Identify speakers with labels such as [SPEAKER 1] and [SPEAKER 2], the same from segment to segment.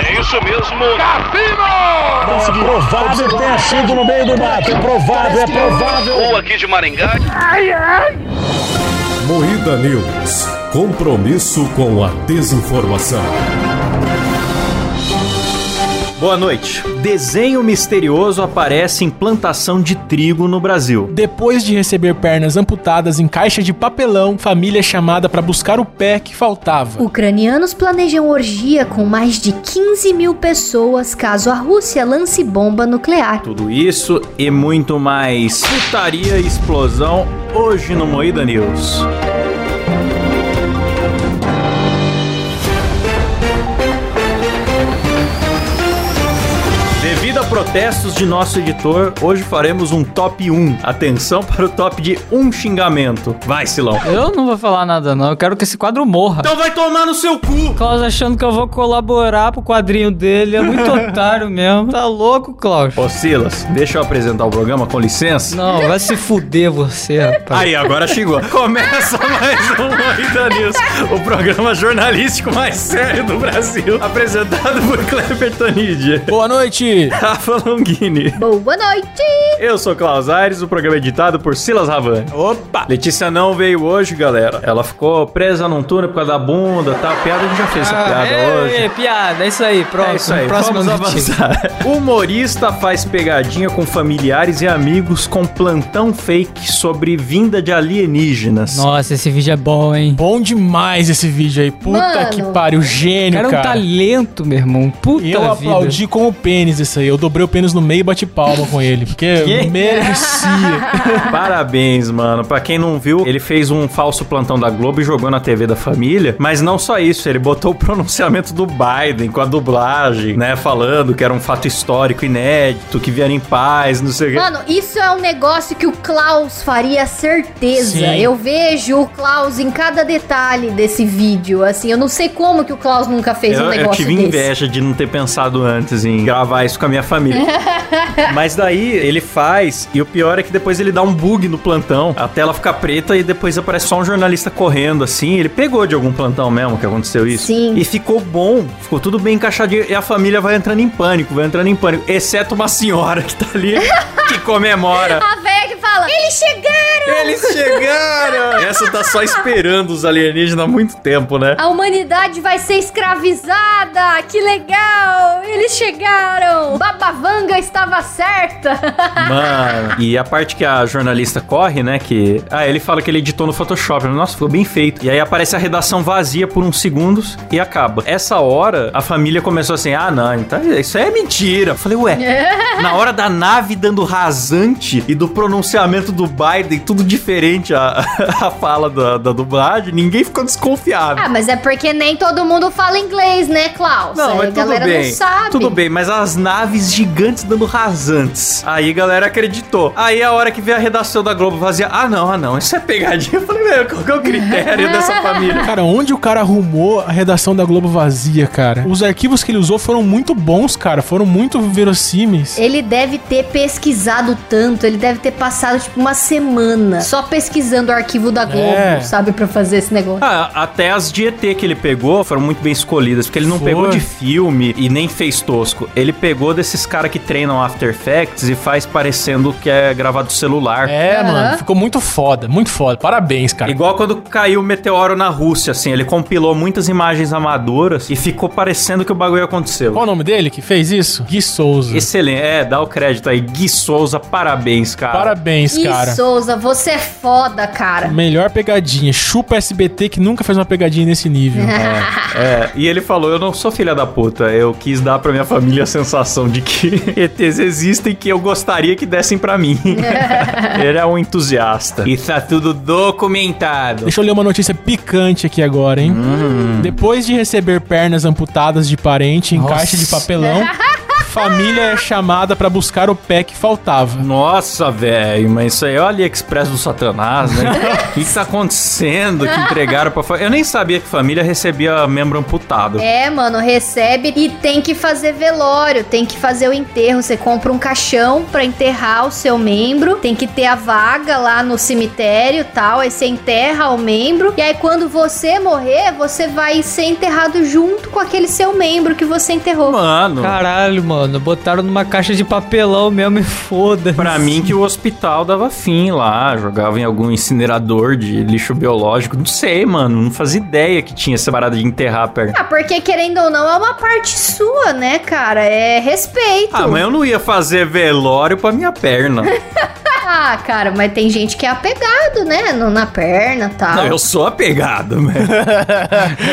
[SPEAKER 1] É isso mesmo. Cassino!
[SPEAKER 2] É provável ter sido no meio do mato. É provável, é provável.
[SPEAKER 1] Ou aqui de Maringá.
[SPEAKER 3] Moída News. Compromisso com a desinformação.
[SPEAKER 4] Boa noite. Desenho misterioso aparece em plantação de trigo no Brasil.
[SPEAKER 5] Depois de receber pernas amputadas em caixa de papelão, família é chamada para buscar o pé que faltava.
[SPEAKER 6] Ucranianos planejam orgia com mais de 15 mil pessoas caso a Rússia lance bomba nuclear.
[SPEAKER 4] Tudo isso e muito mais. Putaria e explosão hoje no Moída News. Devido a protestos de nosso editor, hoje faremos um top 1. Atenção para o top de um xingamento. Vai, Silão.
[SPEAKER 7] Eu não vou falar nada, não. Eu quero que esse quadro morra.
[SPEAKER 4] Então vai tomar no seu cu!
[SPEAKER 7] Klaus achando que eu vou colaborar pro quadrinho dele. É muito otário mesmo. Tá louco, Klaus?
[SPEAKER 4] Ô, Silas, deixa eu apresentar o programa, com licença.
[SPEAKER 7] Não, vai se fuder você, rapaz.
[SPEAKER 4] Aí, agora chegou. Começa mais um Moída News, o programa jornalístico mais sério do Brasil, apresentado por Kleber Tanid,
[SPEAKER 5] Boa noite.
[SPEAKER 4] Rafa Longini.
[SPEAKER 6] Boa noite!
[SPEAKER 4] Eu sou Klaus Aires, o programa é editado por Silas Ravani.
[SPEAKER 5] Opa.
[SPEAKER 4] Letícia não veio hoje, galera. Ela ficou presa num túnel por causa da bunda, tá? Piada, a gente já fez essa piada
[SPEAKER 7] é,
[SPEAKER 4] hoje.
[SPEAKER 7] é, piada, é isso aí, próximo.
[SPEAKER 4] É isso aí,
[SPEAKER 7] próximo
[SPEAKER 4] vamos
[SPEAKER 7] notícia.
[SPEAKER 4] avançar. Humorista faz pegadinha com familiares e amigos com plantão fake sobre vinda de alienígenas.
[SPEAKER 7] Nossa, esse vídeo é bom, hein?
[SPEAKER 5] Bom demais esse vídeo aí. Puta
[SPEAKER 6] Mano.
[SPEAKER 5] que pariu,
[SPEAKER 7] O
[SPEAKER 5] gênio,
[SPEAKER 7] cara é
[SPEAKER 5] cara.
[SPEAKER 7] um talento, meu irmão. Puta
[SPEAKER 5] eu
[SPEAKER 7] vida.
[SPEAKER 5] aplaudi com o pênis isso aí. Eu dobrei o pênis no meio e bati palma com ele. Porque
[SPEAKER 4] Que?
[SPEAKER 5] eu merecia.
[SPEAKER 4] Parabéns, mano. Pra quem não viu, ele fez um falso plantão da Globo e jogou na TV da família. Mas não só isso, ele botou o pronunciamento do Biden com a dublagem, né? Falando que era um fato histórico, inédito, que vieram em paz, não sei o quê.
[SPEAKER 6] Mano, isso é um negócio que o Klaus faria certeza.
[SPEAKER 5] Sim.
[SPEAKER 6] Eu vejo o Klaus em cada detalhe desse vídeo. Assim, eu não sei como que o Klaus nunca fez
[SPEAKER 4] Eu,
[SPEAKER 6] um
[SPEAKER 4] eu
[SPEAKER 6] negócio
[SPEAKER 4] tive
[SPEAKER 6] desse.
[SPEAKER 4] inveja de não ter pensado antes em gravar isso com a minha família. Mas daí ele faz, e o pior é que depois ele dá um bug no plantão. A tela fica preta e depois aparece só um jornalista correndo assim. Ele pegou de algum plantão mesmo que aconteceu isso.
[SPEAKER 6] Sim.
[SPEAKER 4] E ficou bom, ficou tudo bem encaixadinho. E a família vai entrando em pânico, vai entrando em pânico. Exceto uma senhora que tá ali que comemora.
[SPEAKER 6] A velha que fala, eles chegaram!
[SPEAKER 4] Eles chegaram! Essa tá só esperando os alienígenas há muito tempo, né?
[SPEAKER 6] A humanidade vai ser escravizada! Que legal! Eles chegaram! Babavanga estava certa!
[SPEAKER 4] Mano. E a parte que a jornalista corre, né? Que. Ah, ele fala que ele editou no Photoshop. Nossa, ficou bem feito. E aí aparece a redação vazia por uns segundos e acaba. Essa hora, a família começou assim: ah, não, então isso aí é mentira. Eu falei, ué. na hora da nave dando rasante e do pronunciamento do Biden, tudo diferente a, a fala da, da dublagem, ninguém ficou desconfiado.
[SPEAKER 6] ah, mas é porque nem todo mundo fala inglês, né, Klaus?
[SPEAKER 4] Não,
[SPEAKER 6] Aí
[SPEAKER 4] mas
[SPEAKER 6] a
[SPEAKER 4] tudo
[SPEAKER 6] galera
[SPEAKER 4] bem.
[SPEAKER 6] não sabe.
[SPEAKER 4] Tudo bem, mas as naves gigantes dando rasantes. Aí a galera acreditou. Aí a hora que veio a redação da Globo vazia, ah não, ah não, isso é pegadinha. Eu falei, meu, qual que é o critério dessa família?
[SPEAKER 5] cara, onde o cara arrumou a redação da Globo vazia, cara? Os arquivos que ele usou foram muito bons, cara. Foram muito verossímeis.
[SPEAKER 6] Ele deve ter pesquisado tanto, ele deve ter passado tipo uma semana só pesquisando o arquivo da Globo,
[SPEAKER 5] É.
[SPEAKER 6] sabe, Pra fazer esse negócio.
[SPEAKER 4] Ah, até as de ET que ele pegou foram muito bem escolhidas, porque ele não
[SPEAKER 5] Foi.
[SPEAKER 4] pegou de filme e nem fez tosco. Ele pegou desses caras que treinam After Effects e faz parecendo que é gravado do celular.
[SPEAKER 5] É,
[SPEAKER 6] Aham.
[SPEAKER 5] mano. Ficou muito foda, muito foda. Parabéns, cara.
[SPEAKER 4] Igual quando caiu o meteoro na Rússia, assim, ele compilou muitas imagens amadoras e ficou parecendo que o bagulho aconteceu.
[SPEAKER 5] Qual o nome dele que fez isso? Gui Souza.
[SPEAKER 4] Excelente, é, dá o crédito aí. Gui Souza, parabéns, cara.
[SPEAKER 5] Parabéns,
[SPEAKER 6] Ih,
[SPEAKER 5] cara.
[SPEAKER 6] Souza, você é foda, cara.
[SPEAKER 5] Melhor pegadinha. Chupa SBT que nunca fez uma pegadinha nesse nível.
[SPEAKER 4] É, e ele falou: Eu não sou filha da puta. Eu quis dar pra minha família a sensação de que ETs existem e que eu gostaria que dessem pra mim. ele é um entusiasta. Isso tá tudo documentado.
[SPEAKER 5] Deixa eu ler uma notícia picante aqui agora, hein? Depois de receber pernas amputadas de parente em
[SPEAKER 7] Nossa.
[SPEAKER 5] caixa de papelão, família é chamada pra buscar o pé que faltava.
[SPEAKER 4] Nossa, velho, mas isso aí é o AliExpress do Satanás, né? O que, que tá acontecendo que entregaram pra família? Eu nem sabia que família recebia membro amputado.
[SPEAKER 6] É, mano, recebe e tem que fazer velório, tem que fazer o enterro. Você compra um caixão pra enterrar o seu membro, tem que ter a vaga lá no cemitério e tal. Aí você enterra o membro. E aí, quando você morrer, você vai ser enterrado junto com aquele seu membro que você enterrou.
[SPEAKER 4] Mano,
[SPEAKER 7] Caralho, mano. Botaram numa caixa de papelão mesmo e foda-se.
[SPEAKER 4] pra mim que o hospital dava fim lá, jogava em algum incinerador de lixo biológico. Não sei, mano, não fazia ideia que tinha essa parada de enterrar a perna.
[SPEAKER 6] Ah, porque querendo ou não, é uma parte sua, né, cara? É respeito.
[SPEAKER 5] Então-
[SPEAKER 4] Ah, mas eu não ia fazer velório pra minha perna.
[SPEAKER 6] Ah, cara, mas tem gente que é apegado, né? No- na perna e tal.
[SPEAKER 4] Não, eu sou apegado, mano.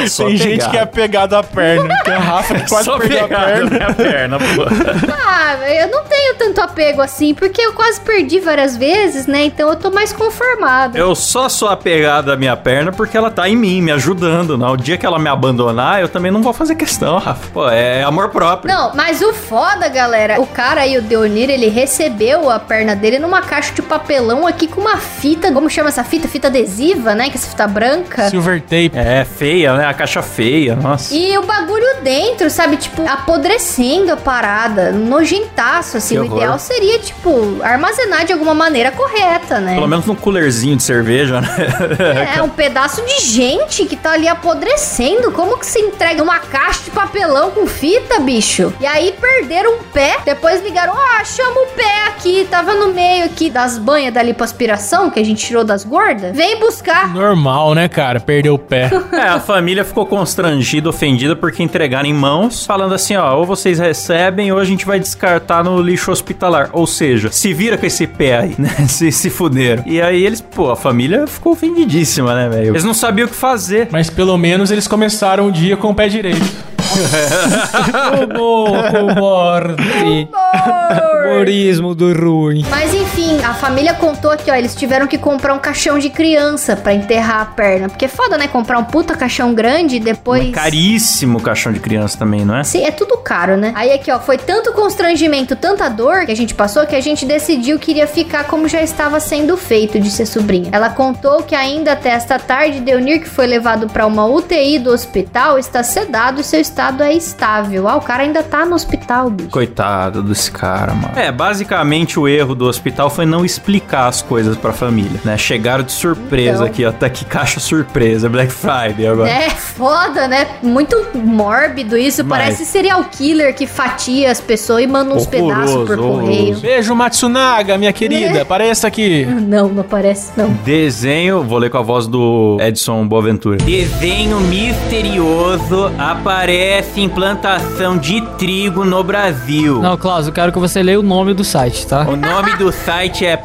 [SPEAKER 4] Eu sou
[SPEAKER 5] Tem gente que é apegado à perna, que é a Rafa que quase
[SPEAKER 4] Sou
[SPEAKER 5] perdeu a
[SPEAKER 4] apegado à
[SPEAKER 5] perna.
[SPEAKER 4] minha perna, pô.
[SPEAKER 6] Ah, eu não tenho tanto apego assim, porque eu quase perdi várias vezes, né? Então eu tô mais conformada.
[SPEAKER 4] Eu só sou apegado à minha perna porque ela tá em mim, me ajudando. Né? O dia que ela me abandonar, eu também não vou fazer questão, Rafa. Pô, é amor próprio.
[SPEAKER 6] Não, mas o foda, galera, o cara aí, o Deonir, ele recebeu a perna dele numa caixa de papelão aqui com uma fita, como chama essa fita? Fita adesiva, né? Que é essa fita branca.
[SPEAKER 5] Silver tape.
[SPEAKER 4] É feia, né? A caixa feia, nossa.
[SPEAKER 6] E o bagulho dentro, sabe? Tipo, apodrecendo a parada. Nojentaço, assim.
[SPEAKER 4] Que
[SPEAKER 6] o
[SPEAKER 4] horror.
[SPEAKER 6] ideal seria, tipo, armazenar de alguma maneira correta, né?
[SPEAKER 4] Pelo menos num coolerzinho de cerveja, né?
[SPEAKER 6] É um pedaço de gente que tá ali apodrecendo. Como que se entrega uma caixa de papelão com fita, bicho? E aí perderam um pé. Depois ligaram: ó, chama o pé aqui. Tava no meio aqui das banhas da lipoaspiração que a gente tirou das gordas. Vem buscar.
[SPEAKER 5] Normal, né, cara? Perder o pé.
[SPEAKER 4] É, a família ficou constrangida, ofendida porque entregaram em mãos, falando assim, ó, ou vocês recebem ou a gente vai descartar no lixo hospitalar. Ou seja, se vira com esse pé aí, né? Se, se fuderam. E aí eles, pô, a família ficou ofendidíssima, né, velho? Eles não sabiam o que fazer.
[SPEAKER 5] Mas pelo menos eles começaram o dia com o pé direito.
[SPEAKER 7] Morte.
[SPEAKER 6] Amor.
[SPEAKER 7] Humorismo do ruim.
[SPEAKER 6] Mas enfim, a família contou aqui, ó, eles tiveram que comprar um caixão de criança pra enterrar a perna. Porque é foda, né? Comprar um puta caixão grande e depois.
[SPEAKER 4] É Caríssimo o caixão de criança também, não é?
[SPEAKER 6] Sim, é tudo caro, né? Aí aqui, ó, foi tanto constrangimento, tanta dor que a gente passou que a gente decidiu que iria ficar como já estava sendo feito, disse a sobrinha. Ela contou que ainda até esta tarde, Deunir, que foi levado para uma UTI do hospital, está sedado e seu estado é estável. Ah, o cara ainda tá no hospital, bicho.
[SPEAKER 4] Coitado desse cara, mano. É, basicamente o erro do hospital foi não explicar as coisas pra família, né? Chegaram de surpresa
[SPEAKER 6] Então.
[SPEAKER 4] aqui, ó. Tá que caixa surpresa, Black Friday agora.
[SPEAKER 6] É foda, né? Muito mórbido isso.
[SPEAKER 4] Mas-
[SPEAKER 6] Parece serial killer que fatia as pessoas e manda uns
[SPEAKER 4] Horroroso,
[SPEAKER 6] pedaços por correio.
[SPEAKER 4] horroroso.
[SPEAKER 5] Beijo, Matsunaga, minha querida. Apareça aqui.
[SPEAKER 6] Não, não parece, não.
[SPEAKER 4] Desenho, vou ler com a voz do Edson Boaventura. Desenho misterioso aparece em plantação de trigo no Brasil.
[SPEAKER 7] Não, Klaus, eu quero que você leia o nome do site, tá?
[SPEAKER 4] O nome do site é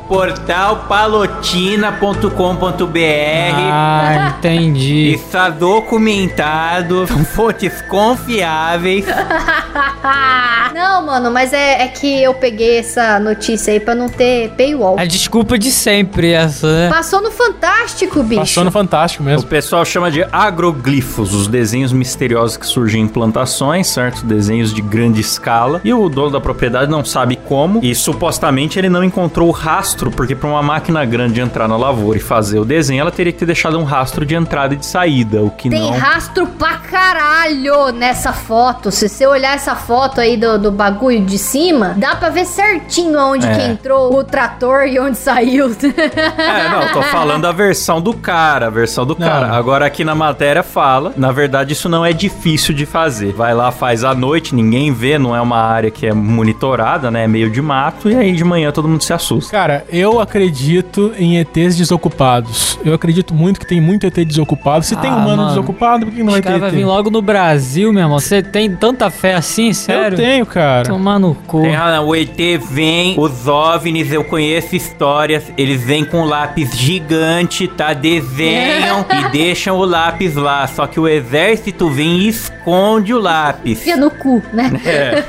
[SPEAKER 4] portalpalotina.com.br.
[SPEAKER 7] Ah, entendi.
[SPEAKER 4] Está documentado com fontes confiáveis.
[SPEAKER 6] Não, mano, mas é, é que eu peguei essa notícia aí pra não ter paywall.
[SPEAKER 7] A É desculpa de sempre essa, né?
[SPEAKER 6] Passou no Fantástico, bicho.
[SPEAKER 5] Passou no Fantástico
[SPEAKER 4] O
[SPEAKER 5] mesmo.
[SPEAKER 4] pessoal chama de agroglifos, os desenhos misteriosos que surgem em plantações, certo? Desenhos de grande escala. E o dono da propriedade não sabe como, e supostamente ele não encontrou o rastro, porque para uma máquina grande entrar na lavoura e fazer o desenho, ela teria que ter deixado um rastro de entrada e de saída, o que
[SPEAKER 6] Tem
[SPEAKER 4] não.
[SPEAKER 6] rastro pra caralho nessa foto. Se você olhar essa foto aí do, do bagulho de cima, dá pra ver certinho aonde
[SPEAKER 4] É.
[SPEAKER 6] que entrou o trator e onde saiu.
[SPEAKER 4] É, não, tô falando a versão do cara, a versão do cara. Agora aqui na matéria fala, na verdade isso não é difícil de fazer. Vai lá, faz à noite, ninguém vê, não é uma área que é monitorada, né? É meio de mato, e aí de manhã todo mundo se assusta.
[SPEAKER 5] Cara, eu acredito em ETs desocupados. Eu acredito muito que tem muito ET desocupado. Se tem um
[SPEAKER 7] Ah,
[SPEAKER 5] humano
[SPEAKER 7] mano.
[SPEAKER 5] desocupado, por que não
[SPEAKER 7] Os
[SPEAKER 5] vai ter
[SPEAKER 7] caras vão
[SPEAKER 5] ET?
[SPEAKER 7] vir logo no Brasil, meu irmão. Você tem tanta fé assim, sério? Então-
[SPEAKER 5] Eu tenho, cara.
[SPEAKER 7] Tomar no cu.
[SPEAKER 4] Tem razão, o ET vem, os OVNIs, eu conheço histórias, eles vêm com um lápis gigante, tá? Desenham e deixam o lápis lá, só que o exército vem e esconde o lápis.
[SPEAKER 6] Fia no cu, né?
[SPEAKER 4] É,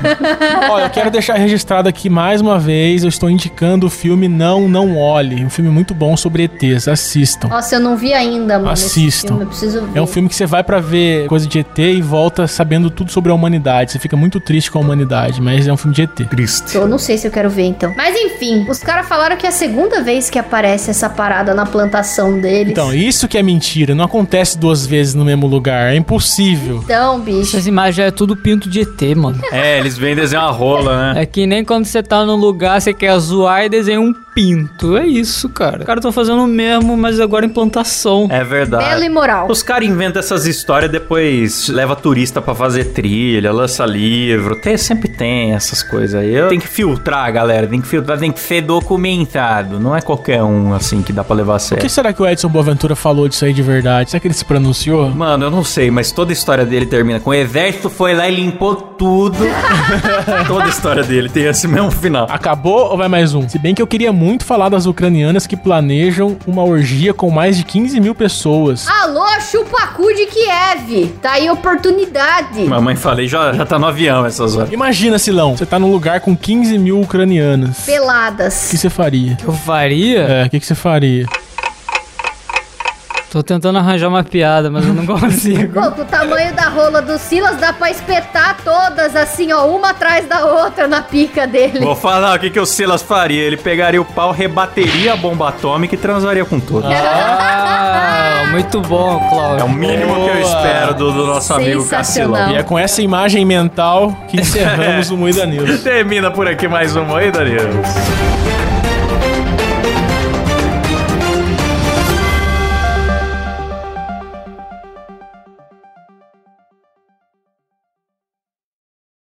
[SPEAKER 5] Ó, eu quero deixar registrado aqui mais uma vez, eu estou indicando o filme Não, Não Olhe. Um filme muito bom sobre ETs, assistam. É um
[SPEAKER 6] Nossa, eu não vi ainda, mano. esse
[SPEAKER 5] Assistam.
[SPEAKER 6] filme, eu preciso ver.
[SPEAKER 5] É um filme que você vai pra ver coisa de ET e volta sabendo tudo sobre a humanidade. Você fica muito triste com a verdade, mas é um filme de ET.
[SPEAKER 3] Triste.
[SPEAKER 6] Eu não sei se eu quero ver, então. Mas enfim, os caras falaram que é a segunda vez que aparece essa parada na plantação deles.
[SPEAKER 5] Então, isso que é mentira. Não acontece duas vezes no mesmo lugar. É impossível.
[SPEAKER 6] Então, bicho.
[SPEAKER 7] Essas imagens já é tudo pinto de ET, mano.
[SPEAKER 4] É, eles vêm desenhar uma rola, né?
[SPEAKER 7] É que nem quando você tá num lugar, você quer zoar e desenha um pinto. É isso, cara. Os caras tão fazendo o mesmo, mas agora em plantação.
[SPEAKER 4] É verdade.
[SPEAKER 6] Belo e moral.
[SPEAKER 4] Os caras inventam essas histórias, depois leva turista pra fazer trilha, lança livro. Tem, sempre tem essas coisas aí. Eu- Tem que filtrar, galera. Tem que filtrar, tem que ser documentado. Não é qualquer um assim que dá pra levar a
[SPEAKER 5] O que
[SPEAKER 4] sério.
[SPEAKER 5] será que o Edson Boaventura falou disso aí de verdade? Será que ele se pronunciou?
[SPEAKER 4] Mano, eu não sei, mas toda a história dele termina com o exército foi lá e limpou tudo. toda a história dele tem esse mesmo final.
[SPEAKER 5] Acabou ou vai mais um? Se bem que eu queria muito falar das ucranianas que planejam uma orgia com mais de 15 mil pessoas.
[SPEAKER 6] Alô, chupacu de Kiev. Tá aí oportunidade.
[SPEAKER 4] Mamãe falei, já, já tá no avião essas horas.
[SPEAKER 5] Imagina, Silão, você tá num lugar com 15 mil ucranianas. O
[SPEAKER 6] Peladas.
[SPEAKER 5] que você faria?
[SPEAKER 7] Eu faria?
[SPEAKER 5] É, o que, que você faria?
[SPEAKER 7] Tô tentando arranjar uma piada, mas eu não consigo.
[SPEAKER 6] Pô, com o tamanho da rola do Silas, dá pra espetar todas assim, ó, uma atrás da outra na pica dele.
[SPEAKER 4] Vou falar o que, que o Silas faria. Ele pegaria o pau, rebateria a bomba atômica e transaria com todo.
[SPEAKER 7] Ah, muito bom,
[SPEAKER 4] É o
[SPEAKER 7] Cláudio.
[SPEAKER 4] mínimo que
[SPEAKER 5] Boa.
[SPEAKER 4] eu espero do, do nosso amigo
[SPEAKER 6] Sensacional.
[SPEAKER 4] Cacilão.
[SPEAKER 5] E é com essa imagem mental que encerramos o Moída News.
[SPEAKER 4] Termina por aqui mais um aí, Danilo.